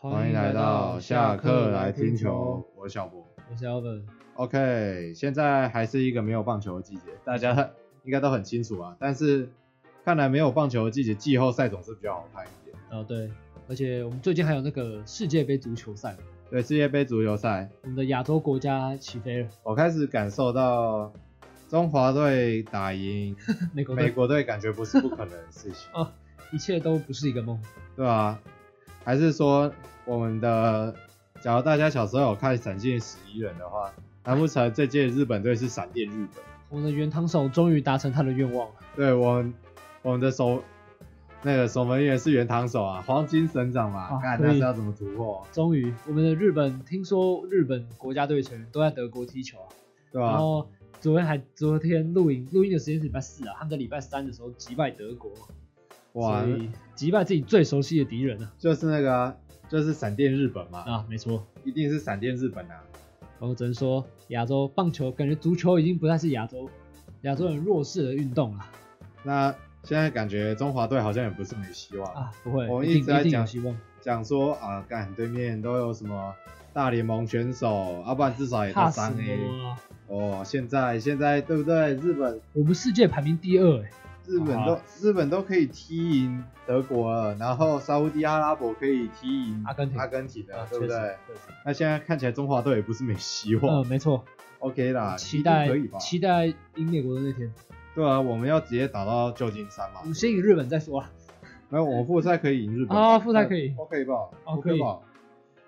欢迎来到下课来听球，我是小博。我是 Alvin。 OK，现在还是一个没有棒球的季节，大家 应该都很清楚啊。但是看来没有棒球的季节，季后赛总是比较好看一点。哦，对，而且我们最近还有那个世界杯足球赛，对，世界杯足球赛，我们的亚洲国家起飞了， 我开始感受到中华队打 赢美国美队，，国队，感觉不是不可能的事情一切都不是一个梦。对吧、啊？还是说我们的，假如大家小时候有看《闪电十一人》的话，难不成这届日本队是闪电日本？我们的原汤手终于达成他的愿望了，对我们我们的守那个守门员是原堂手啊，黄金神掌嘛，啊看、可那以是要怎么突破，终于，我们的日本听说日本国家队成员都在德国踢球啊，对吧、然后昨天还昨天录影录音的时间是礼拜四啊，他们在礼拜三的时候击败德国，哇所，以击败自己最熟悉的敌人啊，就是那个啊、就是闪电日本嘛，啊，没错，一定是闪电日本啊，我只能说亚洲棒球感觉足球已经不再是亚洲亚洲人弱势的运动了。那。现在感觉中华队好像也不是没希望，啊，不会，我们一一定直在一定有讲希望。讲说啊，干对面都有什么大联盟选手，啊要、不然至少也怕到什三 A 么啊？哦。现在现在对不对？日本我们世界排名第二哎，日本都、啊日本都可以踢赢德国了，然后沙乌地阿拉伯可以踢赢阿根廷阿根廷了，啊对不确对实？确实那现在看起来中华队也不是没希望、嗯，没错， o k 啦，期待啊一定可以吧？期待赢美国的那天，对啊，我们要直接打到旧金山嘛我。们先赢日本再说啊。没有，我们复赛可以赢日本啊复赛可以那，OK 吧哦嗯？OK 吧？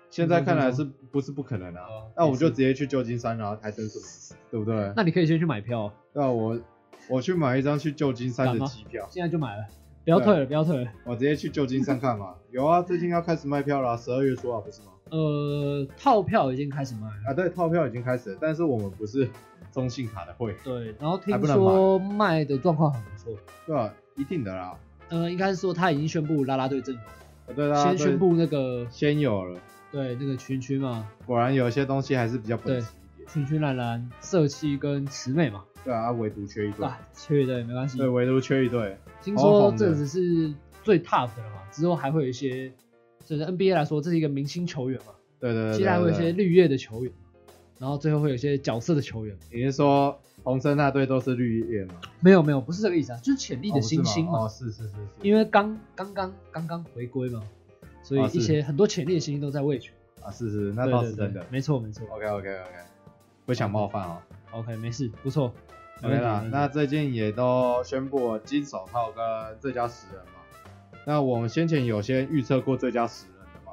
现在看来是不是不可能啊哦？那我也们是就直接去旧金山啊，还等什么？对不对？那你可以先去买票啊，对啊，我我去买一张去旧金山干的嘛机票。现在就买了，不要退了，不要退了。我直接去旧金山看嘛。有啊，最近要开始卖票啦，十二月初啊，不是吗？呃，套票已经开始卖了，啊，对，套票已经开始了，但是我们不是中信卡的会，对，然后听还不能买说卖的状况很不错，对吧、一定的啦。呃，应该是说他已经宣布啦啦队阵容，啊对啦，先宣布那个对先有了，对那个群群嘛，果然有些东西还是比较本质一点。群群兰兰、社气跟慈美嘛，对啊，唯独缺一队，啊，缺一对没关系对，，唯独缺一队。听红说红的这只是最 top 的了嘛，之后还会有一些，就是 NBA 来说，这是一个明星球员嘛，对对对对接下来会有一些对绿叶的球员，然后最后会有一些角色的球员。你是说红生那队都是绿叶吗？没有没有，不是这个意思啊，就是潜力的新星嘛，哦，是吗哦是是是是，因为为刚刚刚刚刚回归嘛，所以啊是一些很多潜力的新星都在位球。啊是是，那对倒对是真对的，。没错没错。 OK OK OK，不想冒犯哦。 OK，没事，不错。没 OK 问题啦，没问题那最近也都宣布了金手套跟最佳十人嘛。那我们先前有先预测过最佳十人的嘛，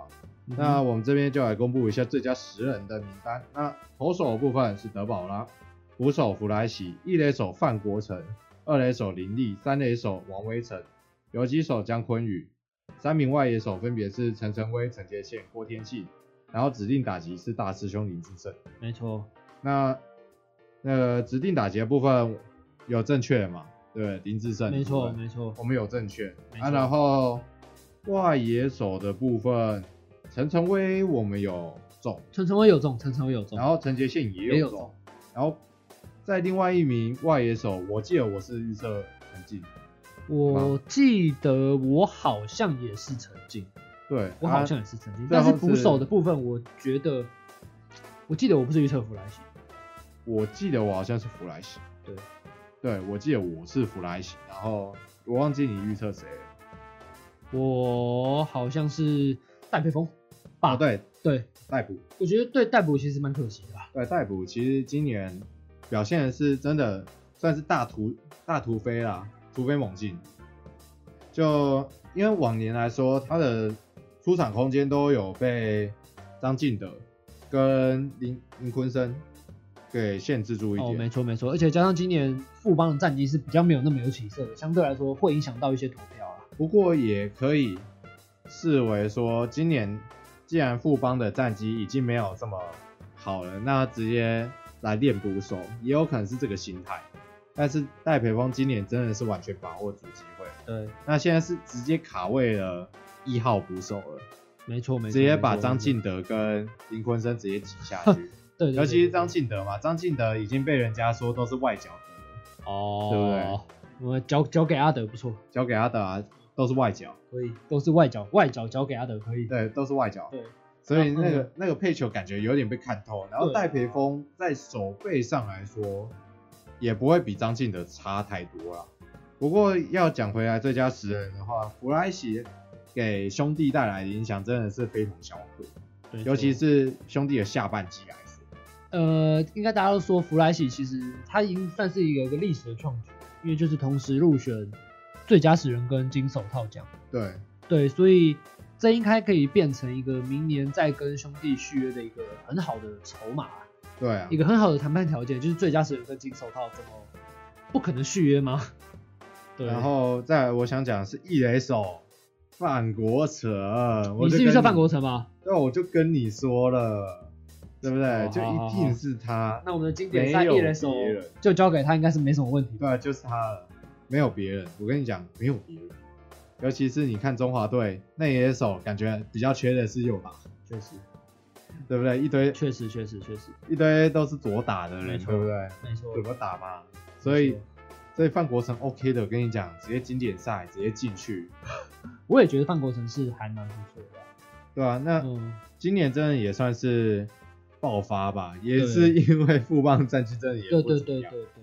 嗯哼那我们这边就来公布一下最佳十人的名单。那投手的部分是德保拉，捕手弗莱喜，一垒手范国成，二垒手林立，三垒手王威成，游击手江坤宇，三名外野手分别是陈晨威、陈杰宪、郭天信，然后指定打击是大师兄林志胜。没错，那呃指定打击的部分有正确的嘛？对，林志胜的没错部分没错。我们有正确没啊。错然后外野手的部分，陈晨威我们有中，陈晨威有中，陈晨威有中然，后陈杰宪也也有有中，然后在另外一名外野手，我记得我是预测很近，我记得我好像也是陈静。对，啊我好像也是曾经，最但后啊是是捕手的部分，我觉得，我记得我不是预测弗莱西，啊我记得我好像是弗莱西，对，对我记得我是弗莱西，然后我忘记你预测谁了，我好像是戴培峰吧？啊对，对，逮捕。我觉得对戴捕其实蛮可惜的吧。对，逮捕呃其实今年表现的是真的算是大突大突飞啦，突飞猛进。就因为往年来说，他的出场空间都有被张敬德跟林林坤生给限制住一哦，点。没错没错，而且加上今年富邦的战绩是比较没有那么有起色的，相对来说会影响到一些投票啊。不过也可以视为说，今年既然富邦的战绩已经没有这么好了，那直接来练捕手，也有可能是这个心态。但是戴培峰今年真的是完全把握住机会，对，那现在是直接卡位了一号捕手了，没错没错，直接把没错张，没敬德跟林坤生直接挤下去，错对，对 尤其是张对敬德嘛，张敬德已经被人家说都是外角的了，对哦，对不对对？我交交给阿德不错，交给他打啊都是外角，所以都是外角外角交给阿德可以。对，都是外角，对所以那然后个那个配球感觉有点被看透。然嗯后对戴培峰在手背上来说，也不会比张敬德差太多啦。不过要讲回来这家十人的话，弗莱西给兄弟带来的影响真的是非同小可，对，尤其是是兄弟的下半季来说。呃，应该大家都说弗莱喜其实他已经算是一个一个历史的创举，因为就是同时入选最佳十人跟金手套奖。对，对，所以这应该可以变成一个明年再跟兄弟续约的一个很好的筹码，对啊一，个很好的谈判条件，就是最佳十人跟金手套，怎么不可能续约吗？ 对，然后再来我想讲的是一垒手范国成，我你就是预跟测范国成吗？对，我就跟你说了，对不对？哦就好好一定是他，那我们的经典赛一人手没有别人就交给他，应该是没什么问题吧。对啊，就是他了，没有别人。我跟你讲，没有别人。尤其是你看中华队内野手，感觉比较缺的是右打，确实，对不对？一堆确实，确实，确实，一堆都是左打的没人，错对不对？没错怎么打嘛？所以没错所以范国成 OK 的，我跟你讲，直接经典赛直接进去，我也觉得范国成是还蛮不错的啊。对吧、那、嗯，今年真的也算是爆发吧，也对是因为富邦战绩真的也对不对怎对么样。对对，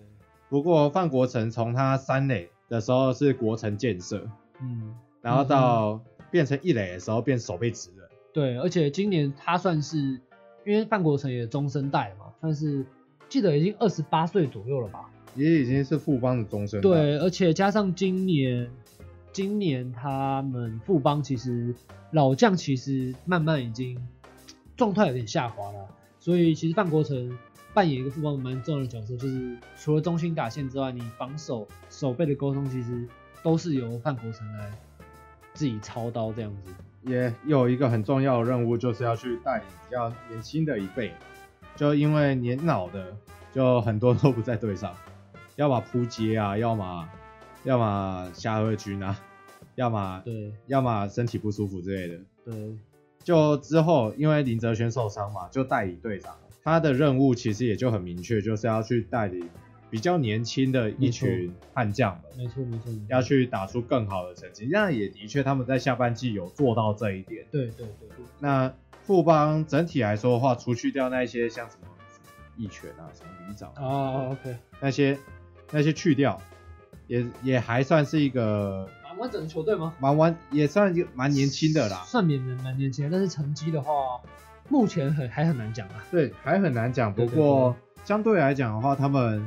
不过范国成从他三垒的时候是国城建设，嗯，然后到变成一垒的时候变守备职人，对，而且今年他算是，因为范国成也中生代了嘛，算是记得已经二十八岁左右了吧？也已经是富邦的终身代。对，而且加上今年，今年他们富邦其实老将其实慢慢已经状态有点下滑了，所以其实范国成扮演一个富邦蛮重要的角色，就是除了中心打线之外，你防守守备的沟通其实都是由范国成来自己操刀这样子。也有一个很重要的任务，就是要去带领比较年轻的一辈，就因为年老的就很多都不在队上，要么扑街啊，要么要么下二军啊，要么对要么身体不舒服之类的。对，就之后，因为林哲轩受伤嘛，就代理队长。他的任务其实也就很明确，就是要去带领比较年轻的一群悍将们，没错没错，没错要去打出更好的成绩。那也的确，他们在下半季有做到这一点。对对对对。那富邦整体来说的话，除去掉那一些像什么义拳啊、什么里长啊、哦，OK，那些那些去掉，也也还算是一个蛮完整的球队吗？蛮完，也算一个蛮年轻的啦。算蛮蛮年轻的，但是成绩的话，目前很还很难讲啊。对，还很难讲。不对对过相对来讲的话，他们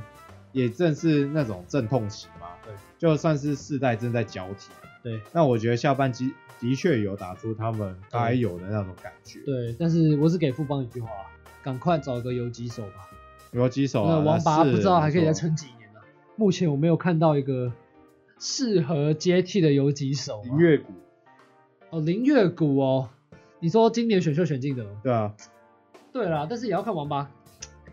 也正是那种阵痛期嘛，对，就算是世代正在交替。对那我觉得下半季的确有打出他们该有的那种感觉。，对，但是我是给富邦一句话啊，赶快找个游击手吧。有几手那啊，王八那是不知道还可以再没错撑几年呢、目前我没有看到一个适合接替的游击手、啊。林月谷，哦，林月谷哦，你说今年选秀选进的哦？对啊，对啦，但是也要看王八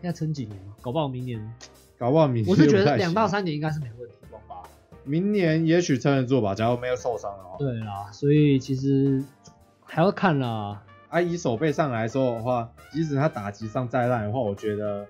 要撑几年嘛，搞不好明年。搞不好明年我是觉又得不太行啊两到，三年应该是没问题，王八。明年也许撑得住吧，假如没有受伤的话。对啦，所以其实还要看啦。啊，以手背上来说的话，即使他打击上再烂的话，我觉得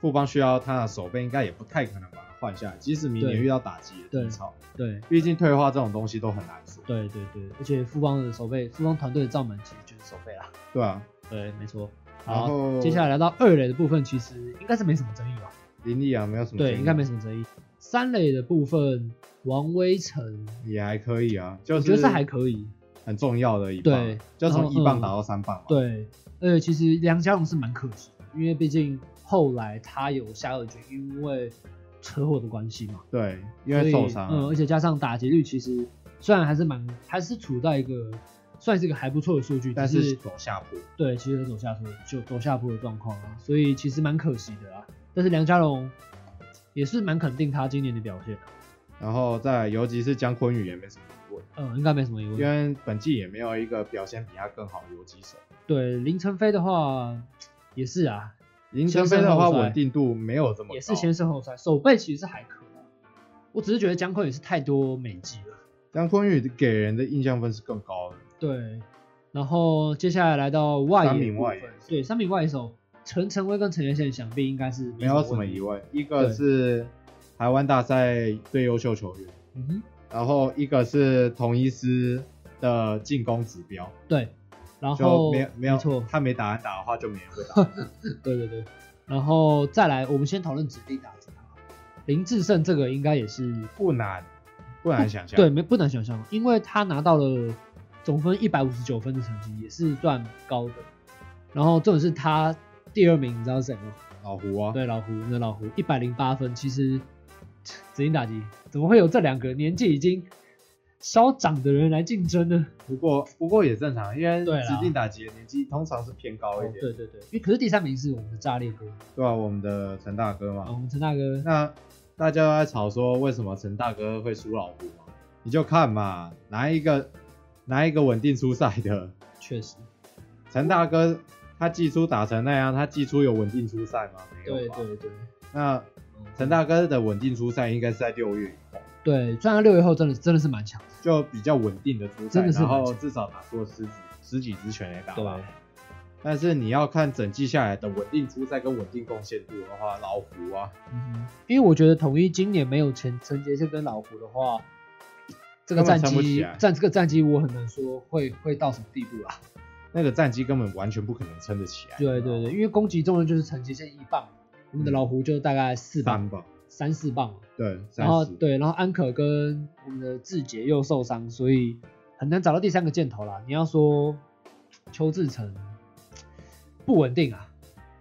富邦需要他的手背应该也不太可能把他换下来。即使明年对遇到打击的低潮，对，毕竟退化这种东西都很难说，对对对，而且富邦的守备，富邦团队的罩门其实就是守备啦。对啊。对，没错。然后好，接下来来到二垒的部分，其实应该是没什么争议吧？林立阳没有什么争议，对，应该没什么争议。三垒的部分，王威成，也还可以啊，就我觉得是还可以。很重要的一棒，对就从然一后嗯棒打到三棒嘛，对，而且其实梁家荣是蛮可惜的，因为毕竟后来他有下二军，因为车祸的关系嘛，对，因所为以受伤啊，嗯，而且加上打击率，其实虽然还是蛮，还是处在一个算是一个还不错的数据，但只是走下坡，对，其实走下坡就走下坡的状况啊，所以其实蛮可惜的啊。但是梁家荣也是蛮肯定他今年的表现、啊，然后再来尤其是姜昆宇也没什么疑问，嗯，应该没什么疑因问。为本季也没有一个表现比他更好的游击手。对，林晨飞的话也是啊，林晨飞的话，先生后帅稳定度没有这么高，也是先胜后帅，手背其实还可以、啊。我只是觉得姜昆也是太多美技了。张坤宇给人的印象分是更高的，对，然后接下来来到外三野名部外分野，对，三名外野手陈晨威跟陈彦宪想必应该是没有什么问题疑。问。一个是台湾大赛最优秀球员，嗯哼，然后一个是同一师的进攻指标，对，然后就没有哦没有错，他没打完打的话就没人会打。对对对，然后再来，我们先讨论指定打者好了。林志胜这个应该也是不难，不难想象。对，没不难想象，因为他拿到了总分一百五十九分的成绩，也是算高的。然后重点是他第二名，你知道是谁吗？老胡啊，对，老胡，那老胡一百零八分，其实指定打击怎么会有这两个年纪已经稍长的人来竞争呢？不过不过也正常，因为对啦指定打击的年纪通常是偏高哦一点，对对对，因为可是第三名是我们的炸裂哥，对啊，我们的陈大哥啊，嘛，我们陈大哥，那大家都在吵说为什么陈大哥会输老胡嘛，你就看嘛，拿一个拿一个稳定出赛的确实，陈大哥，他季初打成那样，他季初有稳定出赛吗？没有对吧。嗯对对，那陈大哥的稳定出赛应该是在六月以后，对，虽然六月后真的真的是蛮强的，就比较稳定的出赛，真的是然蛮后强至少打出了十几十几支全垒打对吧。但是你要看整季下来的稳定出赛跟稳定贡献度的话，老胡啊，嗯，因为我觉得统一今年没有陈陈杰宪跟老胡的话，这个根本战撑不绩起来战这个战绩我很难说会会到什么地步啦。那个战绩根本完全不可能撑得起来。对你知道对吗对，，因为攻击重任就是陈杰宪一棒，我们的老胡就大概四棒嗯三吧，三四棒，对，然后三十，对，然后安可跟我们的志杰又受伤，所以很难找到第三个箭头啦。你要说邱志成不稳定啊，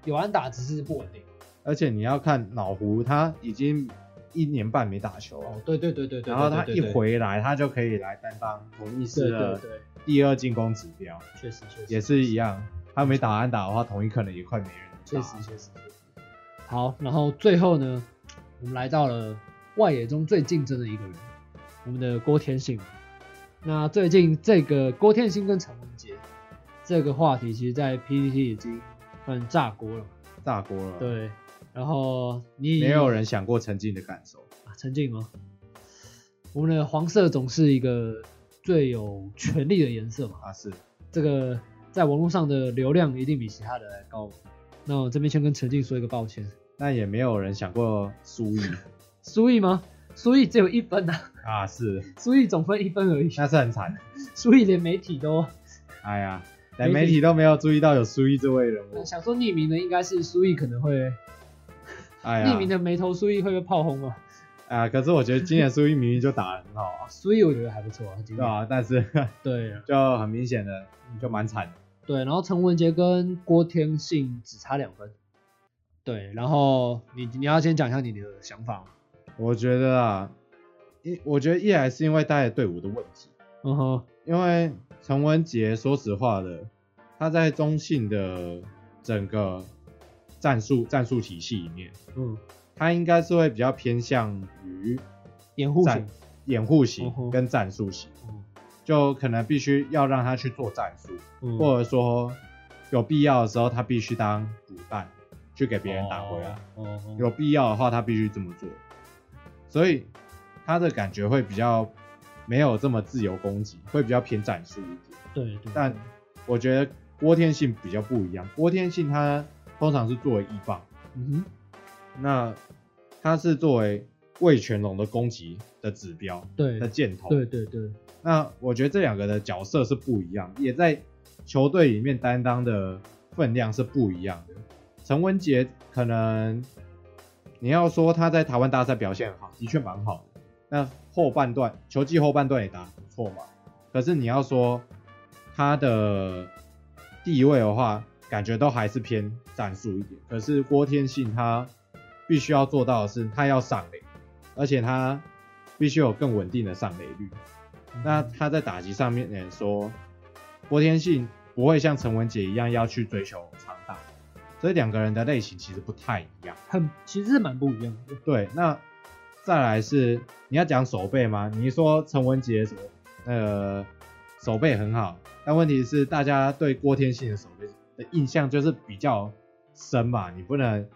有安打只是不稳定。而且你要看老胡，他已经一年半没打球了哦，，对对对对对，然后他对一，回来，他就可以来担当同一对师对对的对对，第二进攻指标，确实确实也是一样。他没打安打的话，同一可能也快没人打确实。确实。确实啊好，然后最后呢，我们来到了外野中最竞争的一个人，我们的郭天信。那最近这个郭天信跟陈文杰这个话题，其实在 PPT 已经算炸锅了。炸锅了。，对，然后你没有人想过陈静的感受。啊陈静吗？我们的黄色总是一个最有权力的颜色嘛，啊，是这个在网络上的流量一定比其他的来高。那我这边先跟陈静说一个抱歉，但也没有人想过苏毅 苏毅吗？苏毅只有一分啊， 啊，是，苏毅总分一分 而已。那是很惨。苏毅连媒体都哎呀，连媒媒体体都没有注意到有苏毅这位人物。呃想说匿名的应该是苏毅可能会，哎呀，匿名的没投苏毅会被炮轰嘛？啊，可是我觉得今年苏毅明明就打得很好啊，苏毅我觉得还不错啊，今对天啊？但是对啊就很明显的就蛮惨的。对，然后陈文杰跟郭天信只差两分。对，然后你你要先讲一下你的想法嘛。我觉得啊，一我觉得一来是因为带队伍的问题，嗯哼，因为陈文杰说实话的，他在中信的整个战术战术体系里面，嗯，他应该是会比较偏向于掩护战型，掩护嗯型哼跟战术型，嗯就可能必须要让他去做战术，嗯或者说有必要的时候他必须当补弹去给别人打回来。哦，哦有必要的话，他必须这么做。所以他的感觉会比较没有这么自由攻击，会比较偏战术一点。对对，但我觉得郭天信比较不一样，郭天信他通常是作为一棒，嗯哼，那他是作为魏全龙的攻击的指标对的箭头。对对对，那我觉得这两个的角色是不一样，也在球队里面担当的分量是不一样的。陈文杰可能你要说他在台湾大赛表现很好，的确蛮好的。那后半段球季后半段也打得不错嘛，可是你要说他的地位的话，感觉都还是偏战术一点。可是郭天信他必须要做到的是，他要上垒，而且他必须有更稳定的上垒率。嗯那他在打击上面也说，郭天信不会像陈文杰一样要去追求长打，所以两个人的类型其实不太一样。很其实是蛮不一样的。对，那再来是你要讲手背吗？你说陈文杰什么呃手背很好，但问题是大家对郭天信的手背的印象就是比较深嘛，你不能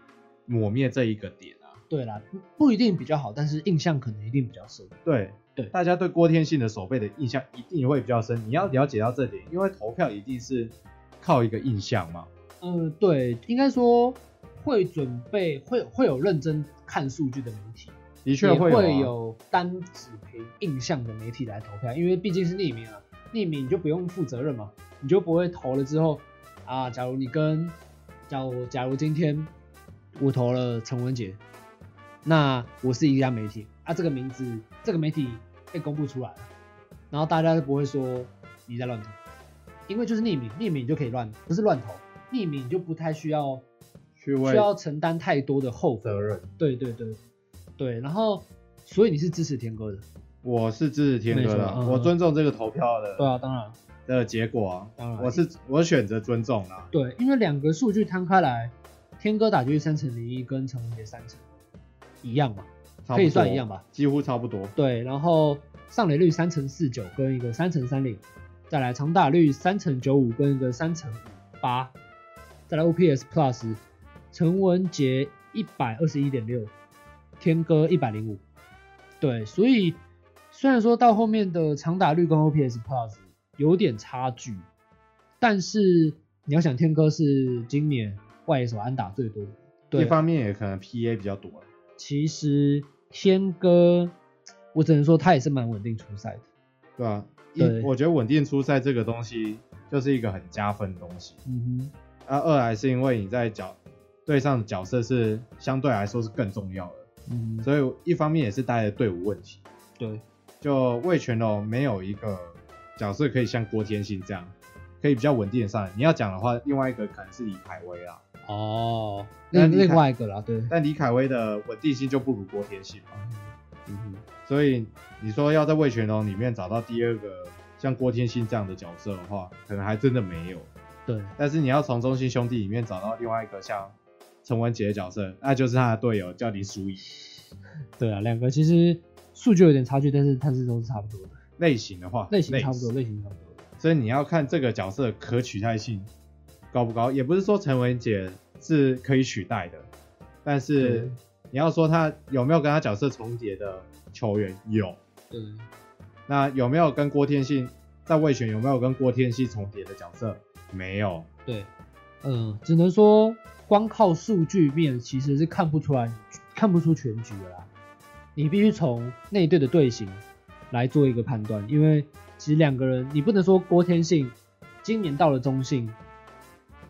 抹灭这一个点啊。对啦，不不一定比较好，但是印象可能一定比较深。对对大家对郭天信的手背的印象一定会比较深，嗯你要了解到这点，因为投票一定是靠一个印象嘛。嗯，对，应该说会准备会会有认真看数据的媒体，的确也会有啊会有单指凭印象的媒体来投票，因为毕竟是匿名啊，匿名你就不用负责任嘛，你就不会投了之后啊，假如你跟假如假如今天我投了陈文杰，那我是一家媒体啊，这个名字这个媒体被公布出来了，然后大家就不会说你在乱投，因为就是匿名，匿名你就可以乱，不是乱投，匿名你就不太需要去为需要承担太多的后果。责任。对对对对，然后所以你是支持天哥的，我是支持天哥没的，错嗯我尊重这个投票的、对啊，当然的结果啊。当然，我是我选择尊重啦，对，因为两个数据摊开来，天哥打局三乘零一跟陈文杰三乘一样嘛，差不多可以算一样，吧？几乎差不多。对，然后上垒率三乘四九跟一个三乘三零，再来长打率三乘九五跟一个三乘五八，再来 OPS Plus，陈文杰一百二十一点六，天哥一百零五，对，所以虽然说到后面的长打率跟 OPS Plus 有点差距，但是你要想天哥是今年外野手安打最多的，对，一方面也可能 PA 比较多啦其实天哥，我只能说他也是蛮稳定出赛的。对吧、啊？对一，我觉得稳定出赛这个东西就是一个很加分的东西。嗯啊，二来是因为你在角对上的角色是相对来说是更重要的，哼，嗯，所以一方面也是带着队伍问题。对，就魏全龙没有一个角色可以像郭天信这样，可以比较稳定的上来。你要讲的话，另外一个可能是李凯威啦，哦，那另你看另外一个啦，对，但李凯威的稳定性就不如郭天信嘛。嗯哼，所以你说要在魏全龙里面找到第二个像郭天信这样的角色的话，可能还真的没有。对，但是你要从中信兄弟里面找到另外一个像陈文杰的角色，那就是他的队友叫林书怡。对啊，两个其实数据有点差距，但是但是都是差不多的，类型的话，类型差不多，类型差不多。所以你要看这个角色可取代性高不高，也不是说陈文杰是可以取代的，但是嗯你要说他有没有跟他角色重叠的球员有，对，那有没有跟郭天信在卫权有没有跟郭天信重叠的角色？没有，对，嗯，只能说光靠数据面其实是看不出来，看不出全局的啦。你必须从内队的队形来做一个判断，因为其实两个人，你不能说郭天信今年到了中信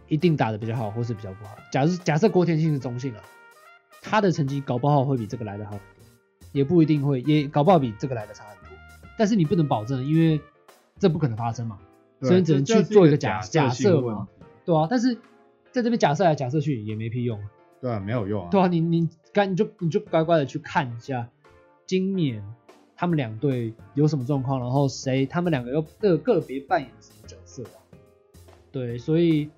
一定打得比较好，或是比较不好。假设假设郭天信是中信了，他的成绩搞不好会比这个来得好很多，也不一定会，也搞不好比这个来的差很多。但是你不能保证，因为这不可能发生嘛。对所以只能这去就是做一个假假假性设问嘛题，对啊，但是在这边假设来假设去也没屁用啊，对啊，没有用啊。对啊，你你该你就你就乖乖的去看一下今年他们两队有什么状况，然后谁他们两个又各个别扮演什么角色吧。对，所以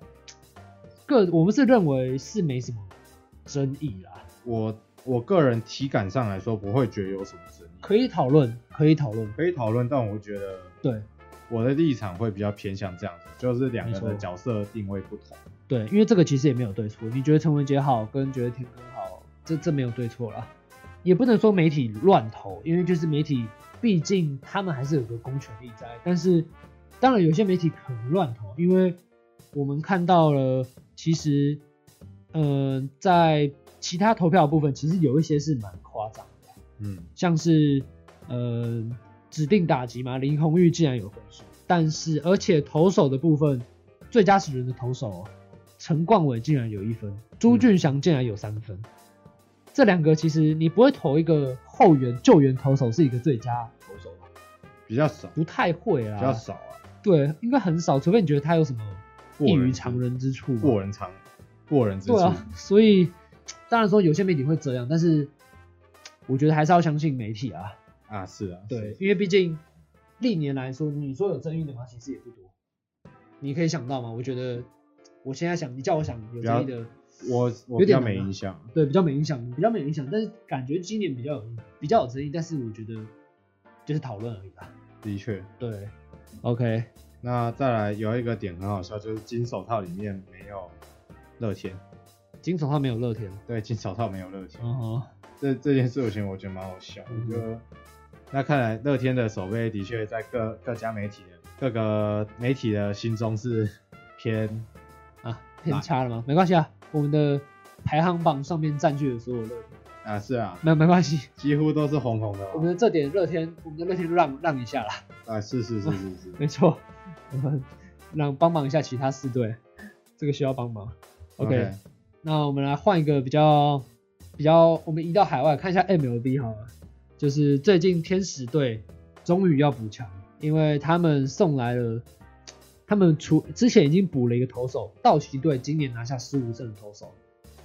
个我们是认为是没什么争议啦，我我个人体感上来说，不会觉得有什么争议，可以讨论，可以讨论，可以讨论，但我觉得对我的立场会比较偏向这样子，就是两个人没的错角色定位不同。对，因为这个其实也没有对错，你觉得陈文杰好跟觉得天哥好，这这没有对错啦，也不能说媒体乱投，因为就是媒体，毕竟他们还是有个公权力在，但是当然有些媒体可能乱投，因为我们看到了，其实，嗯、在其他投票的部分，其实有一些是蛮夸张的，嗯，像是呃指定打击嘛，林红玉竟然有分数，但是而且投手的部分，最佳十人的投手、哦、陈冠伟竟然有一分，朱嗯俊祥竟然有三分，这两个其实你不会投一个后援救援投手是一个最佳投手吧？比较少，不太会比较啦，少啊，对，应该很少，除非你觉得他有什么异于常人之处嘛，过人长，过人之处。对啊，所以当然说有些媒体会这样，但是我觉得还是要相信媒体啊。啊是啊，对，是，因为毕竟历年来说，你说有争议的吗？其实也不多。你可以想到吗？我觉得我现在想，你叫我想有争议的，我我有比点较难没啊印象，对，比较没影响，比较没影响。但是感觉今年比较有比较有争议，但是我觉得就是讨论而已吧。的确。对，OK，那再来有一个点很好笑，就是金手套里面没有乐天，金手套没有乐天了。对，金手套没有乐天，嗯哼，这这件事情我觉得蛮好笑的。嗯就那看来乐天的守备的确在各各家媒体的各个媒体的心中是偏啊，偏差了吗？没关系啊，我们的排行榜上面占据了所有乐天。啊、啊，是啊，没有没关系，几乎都是红红的我嘛们的这点乐天，我们的乐天让让一下啦，啊，是是是是是，没错，我们让帮忙一下其他四队，这个需要帮忙。OK，, 那我们来换一个比较比较，我们移到海外看一下 MLB 好了，就是最近天使队终于要补强，因为他们送来了，他们除之前已经补了一个投手，道奇队今年拿下十五胜的投手，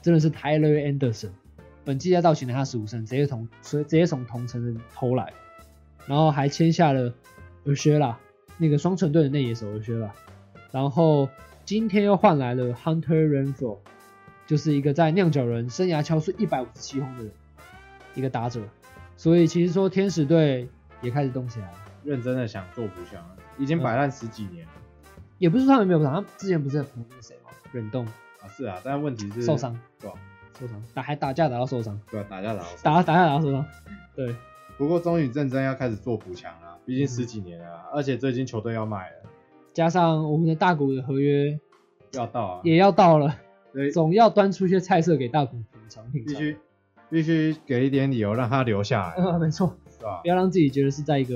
真的是 Tyler Anderson，本季在道奇拿下十五胜，直接从直接从同城人偷来，然后还签下了 u s h e l a 那个双城队的内野手 u s h e l a 然后今天又换来了 Hunter Renfro，就是一个在酿酒人生涯敲出一百五十七轰的人，一个打者，所以其实说天使队也开始动起来了。认真的想做补强，已嗯经摆烂十几年了也不是说他们没有补强，他们之前不是在补那个谁吗？忍冻啊，是啊，但问题是受伤，对吧？受伤打还打架打到受伤，对啊，打架打到伤打打架打到受伤，对，不过终于认真要开始做补强了，嗯毕竟十几年了啊，而且最近球队要买了，加上我们的大谷的合约要到啊，也要到 了，所以总要端出一些菜色给大谷品尝品必尝。须必须给一点理由让他留下来， 呃，没错，是吧不？要让自己觉得是在一个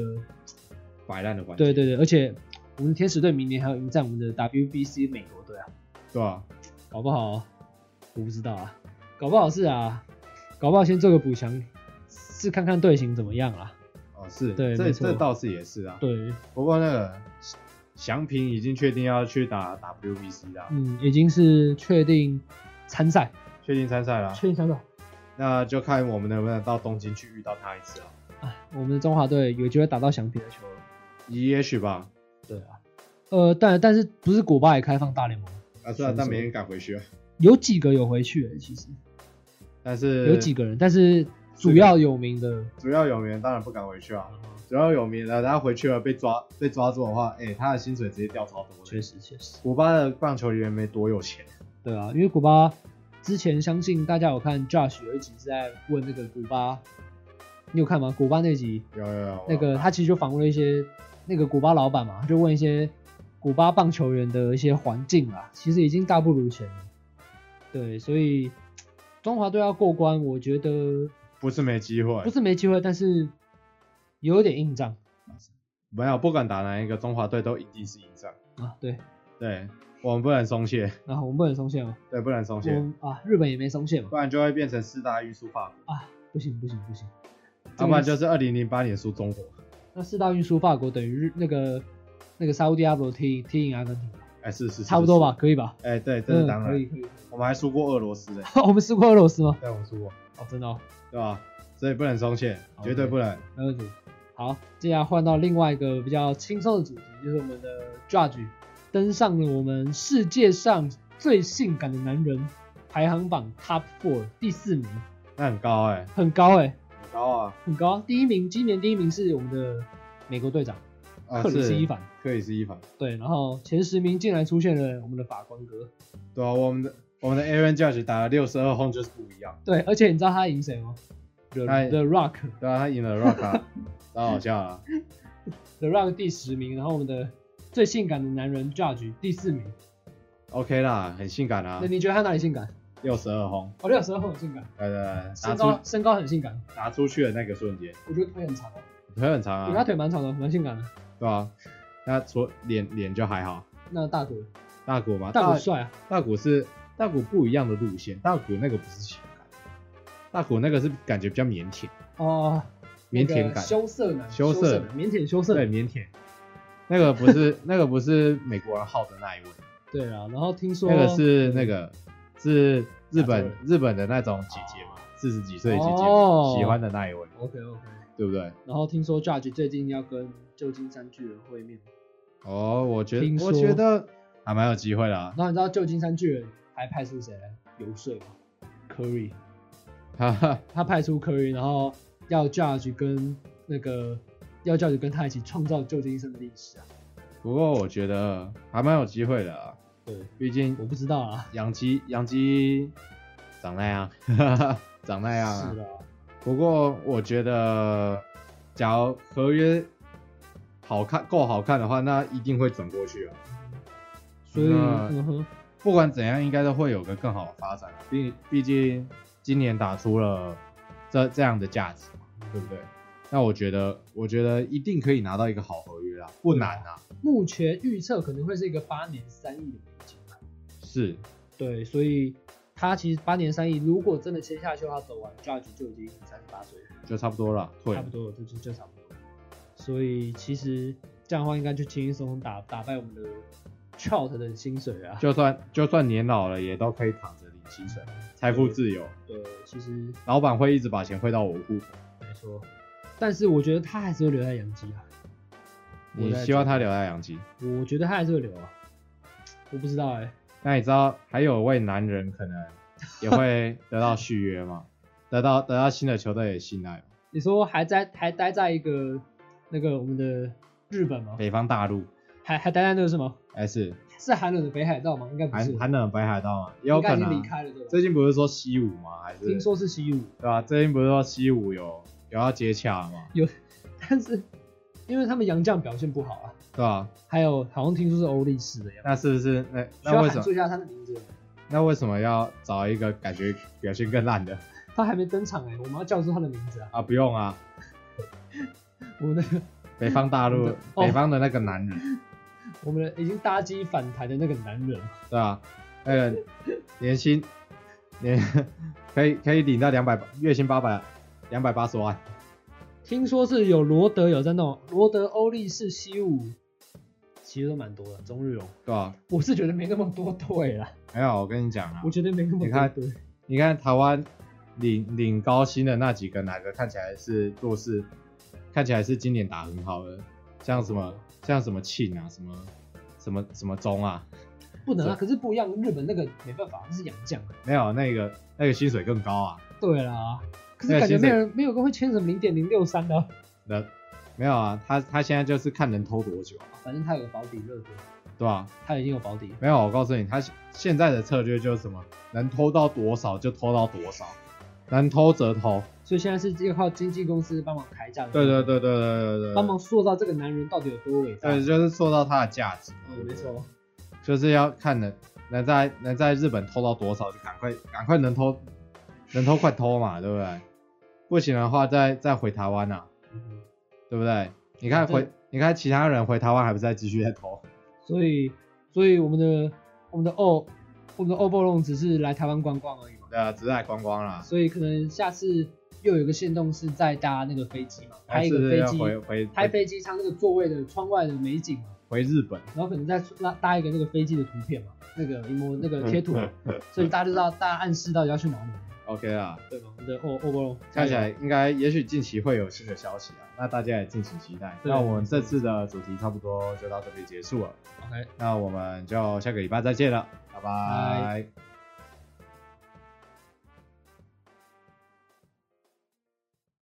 摆烂的关系，对对对，而且我们的天使队明年还要迎战我们的 WBC 美国队啊，对吧？搞不好我不知道啊，搞不好是啊，搞不好先做个补强，是看看队形怎么样啊。哦，是，对这没错这倒是也是啊。对，不过那个祥平已经确定要去打 WBC 啦，嗯，已经是确定参赛，确定参赛啦，确定参赛。那就看我们能不能到东京去遇到他一次啊，哎，我们的中华队有机会打到翔平的球了。也许 E 吧。对啊，呃，但但是不是古巴也开放大联盟？啊，是啊，是但是没人敢回去啊。有几个有回去、欸，其实但是有几个人，但是主要有名的，呃主要有名人当然不敢回去啊，主要有名的他回去了被抓被抓住的话，哎、他的薪水直接掉超多确的。实确实，古巴的棒球员没多有钱，对啊，因为古巴之前相信大家有看 Josh 有一集是在问那个古巴，你有看吗？古巴那集有有哦有那个他其实就访问了一些那个古巴老板嘛，就问一些古巴棒球员的一些环境啦，其实已经大不如前了。对，所以中华队要过关，我觉得不是没机会不，是没机会，但是有点硬仗没有不管打哪一个中华队都一定是赢仗。啊。对，对我们不能松懈，然后我们不能松懈哦，对，不能松我懈，们啊，日本也没松懈嘛不，然就会变成四大运输法国，不行不行不行，这个要不然就是二零零八年输中国。那四大运输法国等于日那个那个沙乌地阿拉伯踢踢赢阿根廷吧，哎、是是是差不多吧，。可以吧？是哎、对，这嗯，是当然，可以可以。 可以我们还输过俄罗斯的、我们输过俄罗斯吗？对，我们输过，哦，真的哦。对吧？所以不能松懈，好绝对不能。没问题。好，接下来换到另外一个比较轻松的主题，就是我们的 Judge 登上了我们世界上最性感的男人排行榜 Top Four 第四名，那很高哎、很高哎、很高啊，很高。第一名，今年第一名是我们的美国队长啊克里斯是伊凡，克里斯伊凡，对，然后前十名竟然出现了我们的法官哥，对啊，我们的我们的 Aaron Judge 打了六十二轰就是不一样，对，而且你知道他赢谁吗？The 他 The Rock。对啊，他赢了 Rock，啊 超好笑啊， The Rock 第十名，然后我们的最性感的男人 Judge 第四名。 OK 啦，很性感啊那，你觉得他哪里性感？六十二轰，我六十二很性感，对对对，打身高出身高很性感，打出去的那个瞬间，我觉得腿很啊长哦，腿很长我觉得他啊，腿蛮长的，蛮性感的。对啊，那除脸脸就还好，那大谷，大谷嘛，大啊大谷帅啊，大谷是大谷不一样的路线，大谷那个不是性感，大谷那个是感觉比较腼腆，哦，腼那腆个感，羞涩男，羞涩男，腼腆羞涩对男。腼腆，那个不是那个不是美国人好的那一位。对啊，然后听说那个是那个是日亚本洲日本的那种姐姐嘛，四十几岁的姐姐哦喜欢的那一位， OK OK，对不对？然后听说 Judge 最近要跟旧金山巨人会面，哦，我觉听得说我觉得还蛮有机会的、啊然，后你知道旧金山巨人还派出谁来游说吗？Curry，哈哈，他派出 Curry，然后要 Judge 跟那个要 Judge 跟他一起创造旧金山的历史啊。不过我觉得还蛮有机会的、啊，对，毕竟我不知道啊，养鸡养鸡长那样， 哈哈，长那样啊是。啊，不过我觉得，假如合约好看够好看的话，那一定会转过去啊。所以那嗯哼。不啊管怎样，应该都会有个更好的发展。毕毕竟今年打出了这这样的价值嘛，对不对？那我觉得，我觉得一定可以拿到一个好合约啊，不难啊，目前预测可能会是一个八年三亿的美金吧。是对，所以他其实八年三亿，如果真的签下去的话，走完 Judge 就已经三十八岁了，就差不多了，退差了不，多了，就就就差不多了。所以其实这样的话，应该就轻轻松松打打败我们的 Trout 的薪水啊。就算就算年老了，也都可以躺着领薪水，财富自由，啊对，其实老板会一直把钱汇到我户头。没错，但是我觉得他还是会留在洋基啊。你我在希望他留在洋基？我觉得他还是会留啊，我不知道哎、那你知道还有位男人可能也会得到续约吗？得到得到新的球队的信赖吗，你说还在还待在一个那个我们的日本吗？北方大陆还还待在那个什么？还是是韩冷的北海道吗？应该不韩是，韩冷北海道吗？也有应该可已经能离啊、开了对吧？最近不是说西武吗？还是听说是西武，对吧、最近不是说西武有有要接洽了吗？但是因为他们洋将表现不好啊，对吧、还有好像听说是欧力士的样子，那是不是那需那要为什喊出么一下他的名字。那为什么要找一个感觉表现更烂的他还没登场哎、我们要叫出他的名字啊！啊？不用啊，我们的北方大真陆、的哦北方的那个男人，我们的已经搭机反弹的那个男人，对吧、那个年薪年 可以可以领到两百月薪八百两百八十万，听说是有罗德有在弄，罗德、欧力士、西武，其实都蛮多的。中日龙，对吧、我是觉得没那么多队 啦，没有，我跟你讲啊我，觉得没那么你看多队。你看台湾领领高薪的那几个，哪个看起来是弱势？看起来是今年打很好的，像什么像什么庆啊，什么什么什么中啊，不能啊，可是不一样，日本那个没办法，那是洋将啊。没有那个那个薪水更高啊，对啦，可那是感觉其实没有人没有个会签什么零点零六三的啊，那没有啊，他他现在就是看能偷多久啊，反正他有个保底热度，对吧、他已经有保底了。没有，我告诉你，他现现在的策略就是什么，能偷到多少就偷到多少，能偷则偷。所以现在是要靠经纪公司帮忙抬价，对对，对对对对对，帮忙塑造这个男人到底有多伟大。对，就是做到它的价值。嗯，没错，就是要看能能在能在日本偷到多少，就赶快赶快能偷能偷快偷嘛，对不对？不行的话再再回台湾啊，嗯对不对？你看反正回你看其他人回台湾还不是在继续在偷？所以所以我们的我们的欧我们的欧波龙只是来台湾观光而已嘛，对啊，只是来观光啦。所以可能下次又有一个限动是在搭那个飞机嘛，还拍一个是飞要机，回回拍回飞机上那个座位的窗外的美景嘛，回日本，然后可能再搭搭一个那个飞机的图片嘛，那个一摸那个贴图嘛，嗯所以大家就知道大家暗示到底要去哪里， OK 啦。对吧？我们的欧欧波龙看起来应该，也许近期会有新的消息啊，那大家也敬请期待。对那我们这次的主题差不多就到这边结束了， OK。那我们就下个礼拜再见了，拜拜拜